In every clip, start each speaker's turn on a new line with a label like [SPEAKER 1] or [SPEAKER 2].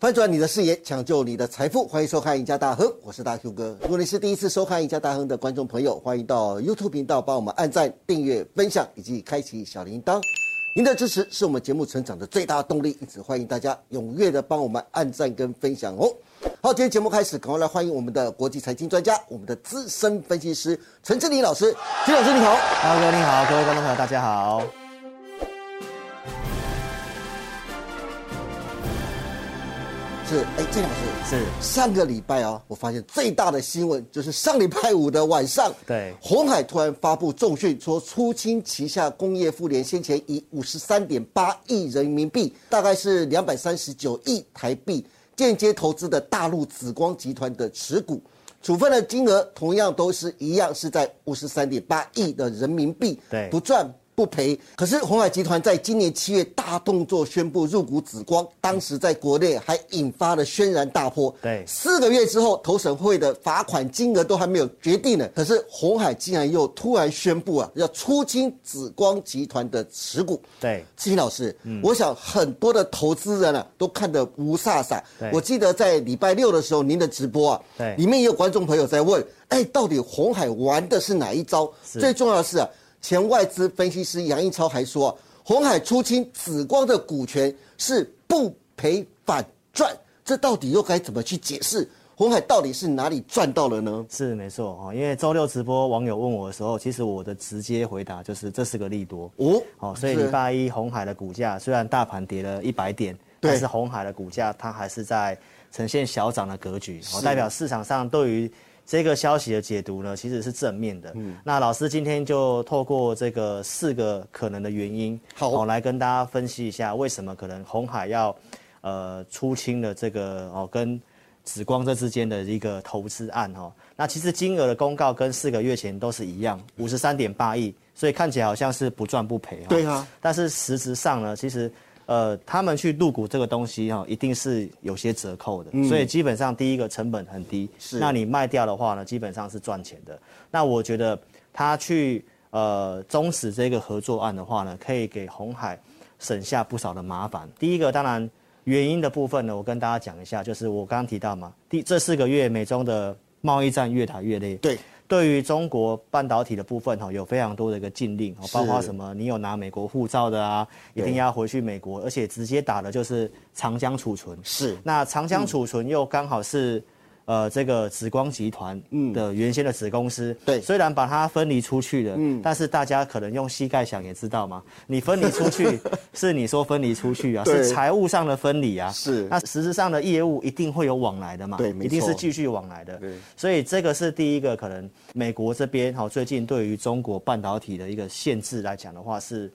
[SPEAKER 1] 翻转你的视野，抢救你的财富，欢迎收看《赢家大亨》，我是大 Q 哥。如果你是第一次收看《赢家大亨》的观众朋友，欢迎到 YouTube 频道帮我们按赞、订阅、分享以及开启小铃铛。您的支持是我们节目成长的最大动力，因此欢迎大家踊跃的帮我们按赞跟分享哦。好，今天节目开始，赶快来欢迎我们的国际财经专家，我们的资深分析师陈志林老师。陈老师你好，
[SPEAKER 2] Hello，各位你好，各位观众朋友大家好。
[SPEAKER 1] 是哎，郑老师。
[SPEAKER 2] 是
[SPEAKER 1] 上个礼拜啊，我发现最大的新闻就是上礼拜五的晚上，
[SPEAKER 2] 对
[SPEAKER 1] 红海突然发布重讯，说出清旗下工业妇联先前以五十三点八亿人民币，大概是两百三十九亿台币，间接投资的大陆紫光集团的持股，处分的金额同样都是一样，是在五十三点八亿的人民币，
[SPEAKER 2] 对
[SPEAKER 1] 不赚不赔。可是红海集团在今年七月大动作宣布入股紫光，当时在国内还引发了轩然大波。
[SPEAKER 2] 对
[SPEAKER 1] 四个月之后，投审会的罚款金额都还没有决定呢，可是红海竟然又突然宣布啊，要出清紫光集团的持股。
[SPEAKER 2] 对
[SPEAKER 1] 志平老师，
[SPEAKER 2] 嗯
[SPEAKER 1] 我想很多的投资人啊都看得无飒飒
[SPEAKER 2] 对。
[SPEAKER 1] 我记得在礼拜六的时候，您的直播啊，
[SPEAKER 2] 对
[SPEAKER 1] 里面也有观众朋友在问，哎，到底红海玩的是哪一招？
[SPEAKER 2] 是
[SPEAKER 1] 最重要的是啊，前外资分析师杨应超还说、啊，红海出清紫光的股权是不赔反赚，这到底又该怎么去解释？红海到底是哪里赚到了呢？
[SPEAKER 2] 是没错哦，因为周六直播网友问我的时候，其实我的直接回答就是这是个利多
[SPEAKER 1] 哦，
[SPEAKER 2] 哦，所以
[SPEAKER 1] 是
[SPEAKER 2] 礼拜一红海的股价虽然大盘跌了一百点，
[SPEAKER 1] 对
[SPEAKER 2] 但是红海的股价它还是在呈现小涨的格局，哦，代表市场上对于这个消息的解读呢，其实是正面的。嗯，那老师今天就透过这个四个可能的原因，
[SPEAKER 1] 好
[SPEAKER 2] 哦，来跟大家分析一下为什么可能红海要呃出清的这个哦跟紫光这之间的一个投资案哦。那其实金额的公告跟四个月前都是一样，五十三点八亿，所以看起来好像是不赚不赔哦。
[SPEAKER 1] 对啊，
[SPEAKER 2] 但是实质上呢，其实呃，他们去入股这个东西哈、一定是有些折扣的，所以基本上第一个成本很低，
[SPEAKER 1] 是
[SPEAKER 2] 那你卖掉的话呢，基本上是赚钱的。那我觉得他去呃终止这个合作案的话呢，可以给红海省下不少的麻烦。第一个当然。原因的部分呢，我跟大家讲一下，就是我刚刚提到嘛，第这四个月美中的贸易战越打越烈，
[SPEAKER 1] 对，
[SPEAKER 2] 对于中国半导体的部分哈、有非常多的一个禁令，哦
[SPEAKER 1] 是
[SPEAKER 2] 包括什么你有拿美国护照的啊，一定要回去美国，而且直接打的就是长江储存。
[SPEAKER 1] 是嗯
[SPEAKER 2] 那长江储存又刚好是、呃这个紫光集团的原先的子公司，
[SPEAKER 1] 嗯对嗯
[SPEAKER 2] 虽然把它分离出去了，但是大家可能用膝盖想也知道嘛，你分离 出去是你说分离出去啊，
[SPEAKER 1] 对
[SPEAKER 2] 是财务上的分离啊，
[SPEAKER 1] 是
[SPEAKER 2] 那实质上的业务一定会有往来的嘛，
[SPEAKER 1] 对没
[SPEAKER 2] 一定
[SPEAKER 1] 错
[SPEAKER 2] 是继续往来的，
[SPEAKER 1] 对
[SPEAKER 2] 所以这个是第一个可能美国这边哈、最近对于中国半导体的一个限制来讲的话是。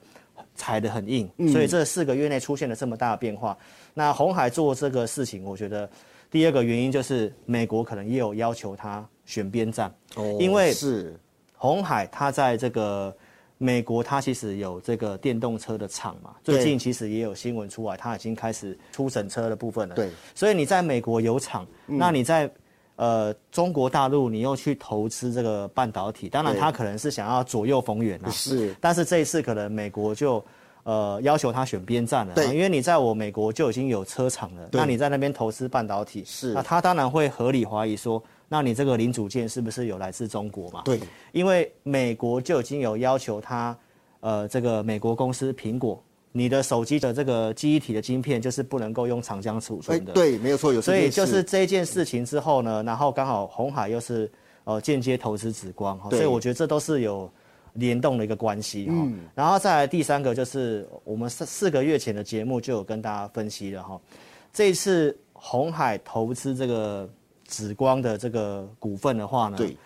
[SPEAKER 2] 踩得很硬，所以这四个月内出现了这么大的变化。那红海做这个事情，我觉得第二个原因就是美国可能也有要求他选边站，
[SPEAKER 1] 哦
[SPEAKER 2] 因为
[SPEAKER 1] 是
[SPEAKER 2] 红海它在这个美国，它其实有这个电动车的厂嘛，
[SPEAKER 1] 对
[SPEAKER 2] 最近其实也有新闻出来，它已经开始出整车的部分了。
[SPEAKER 1] 对，嗯
[SPEAKER 2] 所以你在美国有厂，那你在呃中国大陆你又去投资这个半导体，当然
[SPEAKER 1] 对
[SPEAKER 2] 它可能是想要左右逢源啊。
[SPEAKER 1] 是
[SPEAKER 2] 但是这一次可能美国就呃要求他选边站了，
[SPEAKER 1] 对
[SPEAKER 2] 啊因为你在我美国就已经有车厂了，那你在那边投资半导体，
[SPEAKER 1] 是
[SPEAKER 2] 那他当然会合理怀疑说，那你这个零组件是不是有来自中国嘛？
[SPEAKER 1] 对，
[SPEAKER 2] 因为美国就已经有要求他，呃，这个美国公司苹果，你的手机的这个记忆体的晶片就是不能够用长江储
[SPEAKER 1] 哎
[SPEAKER 2] 存的，
[SPEAKER 1] 对，没有错，有这
[SPEAKER 2] 所以
[SPEAKER 1] 件
[SPEAKER 2] 就
[SPEAKER 1] 事
[SPEAKER 2] 是这件事情之后呢，然后刚好红海又是呃间接投资紫光，哈哦
[SPEAKER 1] 对嗯
[SPEAKER 2] 所以我觉得这都是有联动的一个关系哈、然后再来第三个就是我们四四个月前的节目就有跟大家分析了哈、哦这一次红海投资这个紫光的这个股份的话呢，
[SPEAKER 1] 对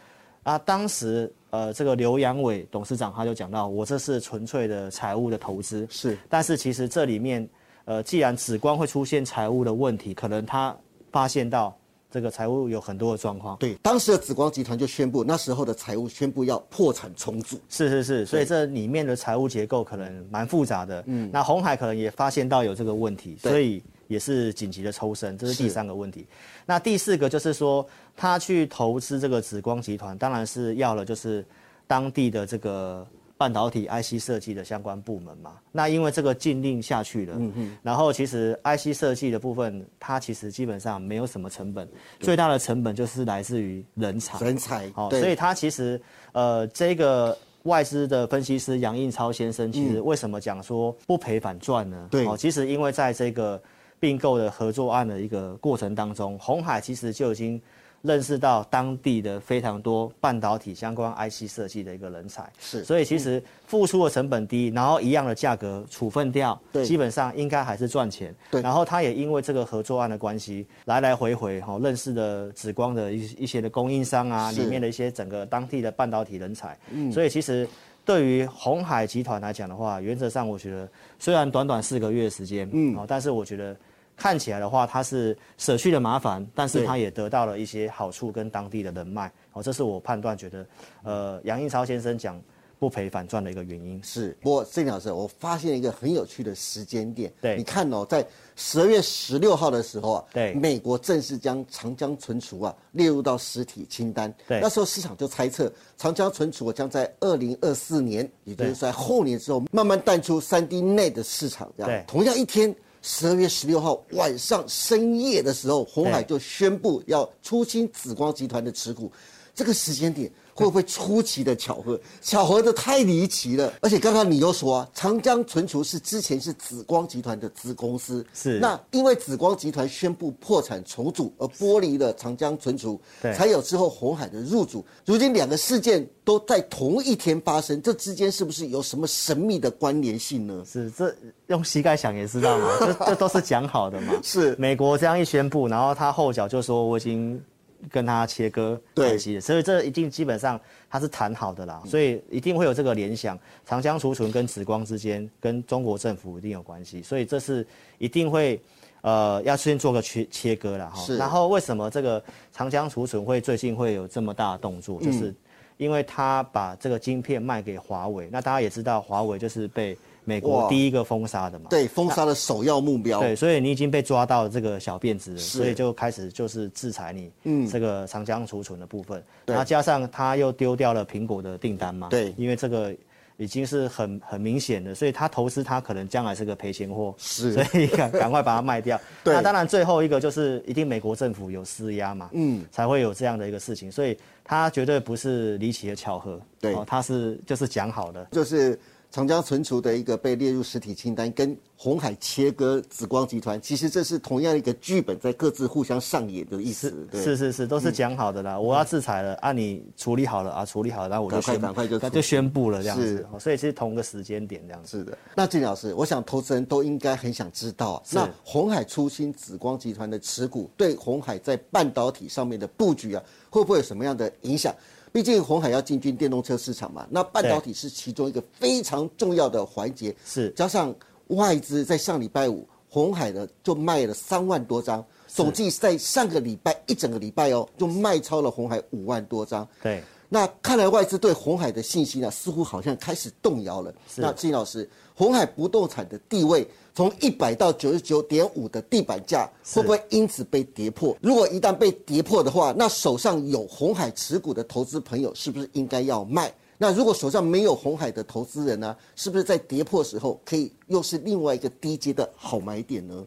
[SPEAKER 2] 啊，当时呃，这个刘阳伟董事长他就讲到，我这是纯粹的财务的投资，
[SPEAKER 1] 是
[SPEAKER 2] 但是其实这里面，呃，既然紫光会出现财务的问题，可能他发现到这个财务有很多的状况，
[SPEAKER 1] 对，当时的紫光集团就宣布，那时候的财务宣布要破产重组。
[SPEAKER 2] 是是是，所以这里面的财务结构可能蛮复杂的。嗯，那红海可能也发现到有这个问题，
[SPEAKER 1] 对
[SPEAKER 2] 所以也是紧急的抽身，这是第
[SPEAKER 1] 是
[SPEAKER 2] 三个问题。那第四个就是说，他去投资这个紫光集团，当然是要了就是当地的这个。半导体 IC 设计的相关部门嘛。那因为这个禁令下去
[SPEAKER 1] 嗯
[SPEAKER 2] 了，然后其实 IC 设计的部分，它其实基本上没有什么成本，最大的成本就是来自于人才。
[SPEAKER 1] 人才
[SPEAKER 2] 好，
[SPEAKER 1] 对
[SPEAKER 2] 所以他其实呃，这个外资的分析师杨应超先生，其实为什么讲说不赔反赚呢？
[SPEAKER 1] 嗯对
[SPEAKER 2] 哦，其实因为在这个并购的合作案的一个过程当中，红海其实就已经认识到当地的非常多半导体相关 IC 设计的一个人才，
[SPEAKER 1] 是
[SPEAKER 2] 所以其实付出的成本低，然后一样的价格处分掉，
[SPEAKER 1] 对
[SPEAKER 2] 基本上应该还是赚钱。
[SPEAKER 1] 对
[SPEAKER 2] 然后他也因为这个合作案的关系，来来回回哈、认识的紫光的一一些的供应商啊，
[SPEAKER 1] 是嗯
[SPEAKER 2] 里面的一些整个当地的半导体人才，所以其实。对于红海集团来讲的话，原则上我觉得虽然短短四个月的时间，嗯，哦，但是我觉得看起来的话，它是舍去了麻烦，但是
[SPEAKER 1] 对
[SPEAKER 2] 它也得到了一些好处跟当地的人脉，哦，这是我判断觉得，呃，杨应超先生讲不赔反赚的一个原因。
[SPEAKER 1] 是，不过郑老师，我发现一个很有趣的时间点。
[SPEAKER 2] 对
[SPEAKER 1] 你看哦，在十二月十六号的时候啊，
[SPEAKER 2] 对
[SPEAKER 1] 美国正式将长江存储啊列入到实体清单。
[SPEAKER 2] 对
[SPEAKER 1] 那时候市场就猜测，长江存储啊将在二零二四年，也就是在后年之后，慢慢淡出三 D 内的市场。这样
[SPEAKER 2] 对，
[SPEAKER 1] 同样一天。十二月十六号晚上深夜的时候，红海
[SPEAKER 2] 对
[SPEAKER 1] 就宣布要出清紫光集团的持股。这个时间点会不会出奇的巧合？巧合的太离奇了。而且刚刚你又说啊，长江存储是之前是紫光集团的子公司，
[SPEAKER 2] 是
[SPEAKER 1] 那因为紫光集团宣布破产重组而剥离了长江存储，
[SPEAKER 2] 对
[SPEAKER 1] 才有之后红海的入主。如今两个事件都在同一天发生，这之间是不是有什么神秘的关联性呢？
[SPEAKER 2] 是，这用膝盖想也知道嘛，这这都是讲好的嘛。
[SPEAKER 1] 是
[SPEAKER 2] 美国这样一宣布，然后他后脚就说我已经跟他切割
[SPEAKER 1] 对嗯
[SPEAKER 2] 关系了，所以这一定基本上他是谈好的啦，所以一定会有这个联想。长江储存跟紫光之间跟中国政府一定有关系，所以这是一定会。呃，要先做个切切割了哈
[SPEAKER 1] 是。
[SPEAKER 2] 然后为什么这个长江储存会最近会有这么大的动
[SPEAKER 1] 嗯
[SPEAKER 2] 作？就是因为他把这个晶片卖给华为，那大家也知道，华为就是被
[SPEAKER 1] 哇
[SPEAKER 2] 美国第一个封杀的嘛。
[SPEAKER 1] 对，封杀的首要目标。
[SPEAKER 2] 对，所以你已经被抓到这个小辫子了，所以就开始就是制裁你，嗯，这个长江储存的部分，然后加上他又丢掉了苹果的订单嘛，
[SPEAKER 1] 对
[SPEAKER 2] 因为这个已经是很很明显的，所以他投资他可能将来是个赔钱货，
[SPEAKER 1] 是
[SPEAKER 2] 所以赶赶快把它卖掉。
[SPEAKER 1] 对
[SPEAKER 2] 那当然最后一个就是一定美国政府有施压嘛，嗯，才会有这样的一个事情，所以他绝对不是离奇的巧合，哦
[SPEAKER 1] 对
[SPEAKER 2] 他是就是讲好的，
[SPEAKER 1] 就是长江存储的一个被列入实体清单，跟红海切割紫光集团，其实这是同样一个剧本在各自互相上演的意思。对嗯
[SPEAKER 2] 是是是，都是讲好的啦。我要制裁了，啊，你处理好了啊，处理好了，然后我就
[SPEAKER 1] 赶快
[SPEAKER 2] 宣
[SPEAKER 1] 赶快就处理
[SPEAKER 2] 就宣布了这样
[SPEAKER 1] 是
[SPEAKER 2] 子。哦所以是同个时间点这样子。
[SPEAKER 1] 是的，那郑老师，我想投资人都应该很想知道，那红海出新紫光集团的持股对红海在半导体上面的布局啊，会不会有什么样的影响？毕竟红海要进军电动车市场嘛，那半导体是其中一个非常重要的环节。
[SPEAKER 2] 是
[SPEAKER 1] 加上外资在上礼拜五，红海呢就卖了三万多张，总计在上个礼拜一整个礼拜哦，就卖超了红海五万多张。
[SPEAKER 2] 对，
[SPEAKER 1] 那看来外资对红海的信心啊，似乎好像开始动摇了。那金老师，红海不动产的地位从一百到九十九点五的地板价，会不会因此被跌破？如果一旦被跌破的话，那手上有红海持股的投资朋友是不是应该要卖？那如果手上没有红海的投资人呢、是不是在跌破时候可以又是另外一个低阶的好买点呢？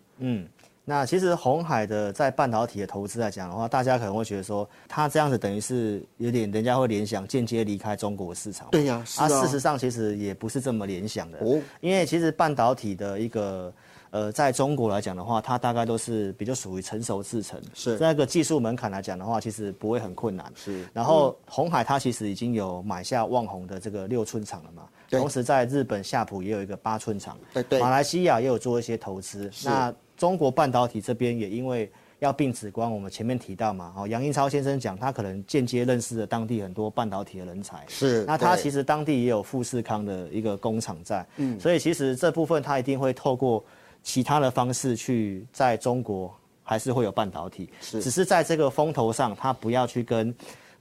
[SPEAKER 2] 那其实红海的在半导体的投资来讲的话，大家可能会觉得说，他这样子等于是有点人家会联想间接离开中国市场。
[SPEAKER 1] 对呀是啊
[SPEAKER 2] 事实上其实也不是这么联想的。
[SPEAKER 1] 哦
[SPEAKER 2] 因为其实半导体的一个呃，在中国来讲的话，它大概都是比较属于成熟制程，
[SPEAKER 1] 是
[SPEAKER 2] 这个技术门槛来讲的话，其实不会很困难。
[SPEAKER 1] 是
[SPEAKER 2] 然后红海它其实已经有买下旺宏的这个六寸厂了嘛，
[SPEAKER 1] 对
[SPEAKER 2] 同时在日本夏普也有一个八寸厂，
[SPEAKER 1] 对对
[SPEAKER 2] 马来西亚也有做一些投资。那中国半导体这边也因为要并紫光，我们前面提到嘛，哦，杨英超先生讲他可能间接认识了当地很多半导体的人才，
[SPEAKER 1] 是
[SPEAKER 2] 那他
[SPEAKER 1] 对
[SPEAKER 2] 其实当地也有富士康的一个工厂在，嗯，所以其实这部分他一定会透过其他的方式去在中国还是会有半导体，
[SPEAKER 1] 是
[SPEAKER 2] 只是在这个风头上，他不要去跟。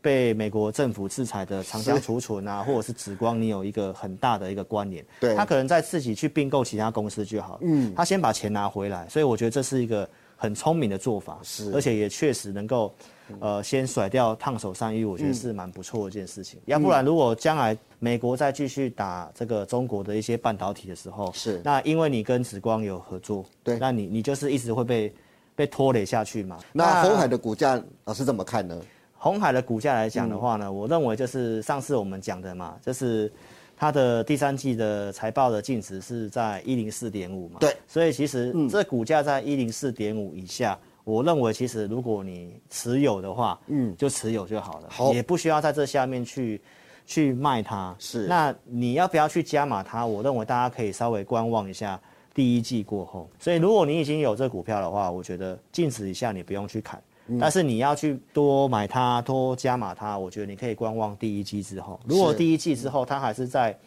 [SPEAKER 2] 被美国政府制裁的长江储存啊，或者是紫光，你有一个很大的一个关联。
[SPEAKER 1] 对
[SPEAKER 2] 他可能在自己去并购其他公司就好。嗯，他先把钱拿回来，所以我觉得这是一个很聪明的做法，
[SPEAKER 1] 是嗯
[SPEAKER 2] 而且也确实能够，呃，先甩掉烫手山芋，我觉得是蛮不错的一件事
[SPEAKER 1] 嗯
[SPEAKER 2] 情。要不然，如果将来美国再继续打这个中国的一些半导体的时候，
[SPEAKER 1] 是
[SPEAKER 2] 那因为你跟紫光有合作，
[SPEAKER 1] 对
[SPEAKER 2] 那你你就是一直会被被拖累下去嘛。
[SPEAKER 1] 那红海的股价老师怎么看呢？
[SPEAKER 2] 红海的股价来
[SPEAKER 1] 嗯
[SPEAKER 2] 讲的话呢，我认为就是上次我们讲的嘛，就是它的第三季的财报的净值是在一零四点五嘛，
[SPEAKER 1] 对，嗯
[SPEAKER 2] 所以其实这股价在一零四点五以下，我认为其实如果你持有的话，嗯，就持有就好了，
[SPEAKER 1] 好
[SPEAKER 2] 也不需要在这下面去。去卖它
[SPEAKER 1] 是
[SPEAKER 2] 那你要不要去加码它？我认为大家可以稍微观望一下第一季过后。所以如果你已经有这股票的话，我觉得净值以下你不用去砍，但是你要去多买它、多加码它，我觉得你可以观望第一季之后。如果
[SPEAKER 1] 是
[SPEAKER 2] 第一季之后它还是在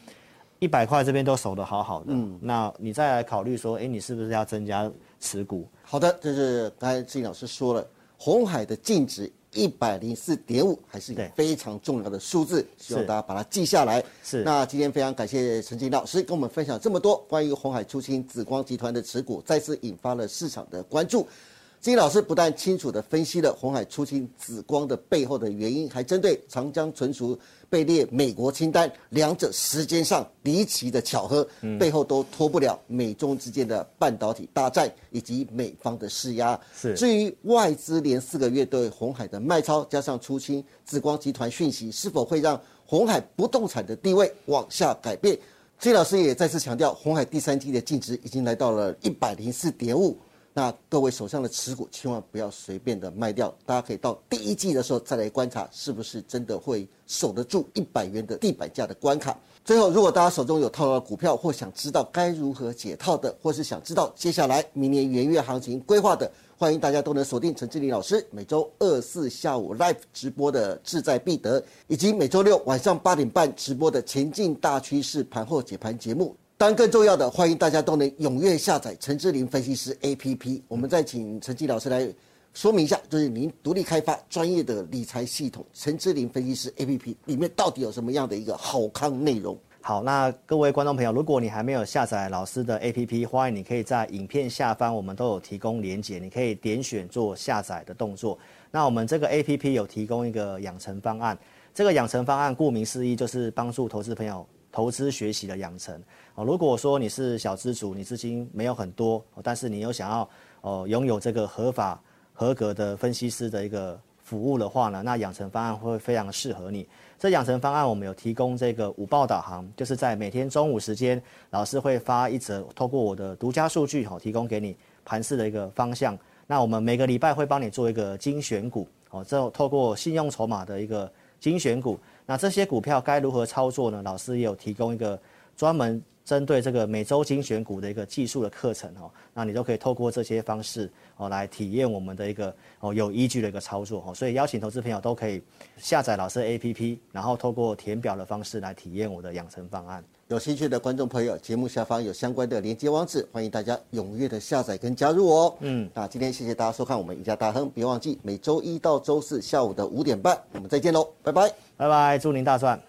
[SPEAKER 2] 一百块这边都守得好好的，那你再来考虑说，哎、你是不是要增加持股？
[SPEAKER 1] 好的，这是刚才志颖老师说了，红海的净值一百零四点五，还是一个
[SPEAKER 2] 对
[SPEAKER 1] 非常重要的数字，希望
[SPEAKER 2] 是
[SPEAKER 1] 大家把它记下来。
[SPEAKER 2] 是
[SPEAKER 1] 那今天非常感谢陈静老师跟我们分享这么多关于红海出清紫光集团的持股，再次引发了市场的关注。金老师不但清楚地分析了红海出清紫光的背后的原因，还针对长江存储被列美国清单，两者时间上离奇的巧合，背后都脱不了美中之间的半导体大战以及美方的施压。
[SPEAKER 2] 是
[SPEAKER 1] 至于外资连四个月对红海的卖超，加上出清紫光集团讯息，是否会让红海不动产的地位往下改变？崔老师也再次强调，红海第三季的净值已经来到了一百零四点五。那各位手上的持股千万不要随便的卖掉，大家可以到第一季的时候再来观察，是不是真的会守得住一百元的地板价的关卡。最后，如果大家手中有套牢的股票，或想知道该如何解套的，或是想知道接下来明年元月行情规划的，欢迎大家都能锁定陈志林老师每周二四下午 live 直播的《志在必得》，以及每周六晚上八点半直播的《前进大趋势盘后解盘》节目。当然，更重要的，欢迎大家都能踊跃下载陈志林分析师 APP。我们再请陈志林老师来说明一下，就是您独立开发专业的理财系统陈志林分析师 APP 里面到底有什么样的一个好康内容？
[SPEAKER 2] 好，那各位观众朋友，如果你还没有下载老师的 APP，欢迎你可以在影片下方，我们都有提供连结，你可以点选做下载的动作。那我们这个 APP 有提供一个养成方案，这个养成方案顾名思义就是帮助投资朋友投资学习的养成。哦，如果说你是小资主，你资金没有很多，哦但是你又想要哦拥有这个合法合格的分析师的一个服务的话呢，那养成方案会非常适合你。这养成方案我们有提供这个午报导航，就是在每天中午时间，老师会发一则，透过我的独家数据哦，提供给你盘市的一个方向。那我们每个礼拜会帮你做一个精选股哦，这种透过信用筹码的一个精选股，那这些股票该如何操作呢？老师也有提供一个专门针对这个每周精选股的一个技术的课程哦，那你都可以透过这些方式哦来体验我们的一个哦有依据的一个操作哦，所以邀请投资朋友都可以下载老师的 APP，然后透过填表的方式来体验我的养成方案。
[SPEAKER 1] 有兴趣的观众朋友，节目下方有相关的连接网址，欢迎大家踊跃的下载跟加入哦。嗯，那今天谢谢大家收看我们赢家大亨，别忘记每周一到周四下午的五点半，我们再见喽，拜拜。
[SPEAKER 2] 拜拜，祝您大赚！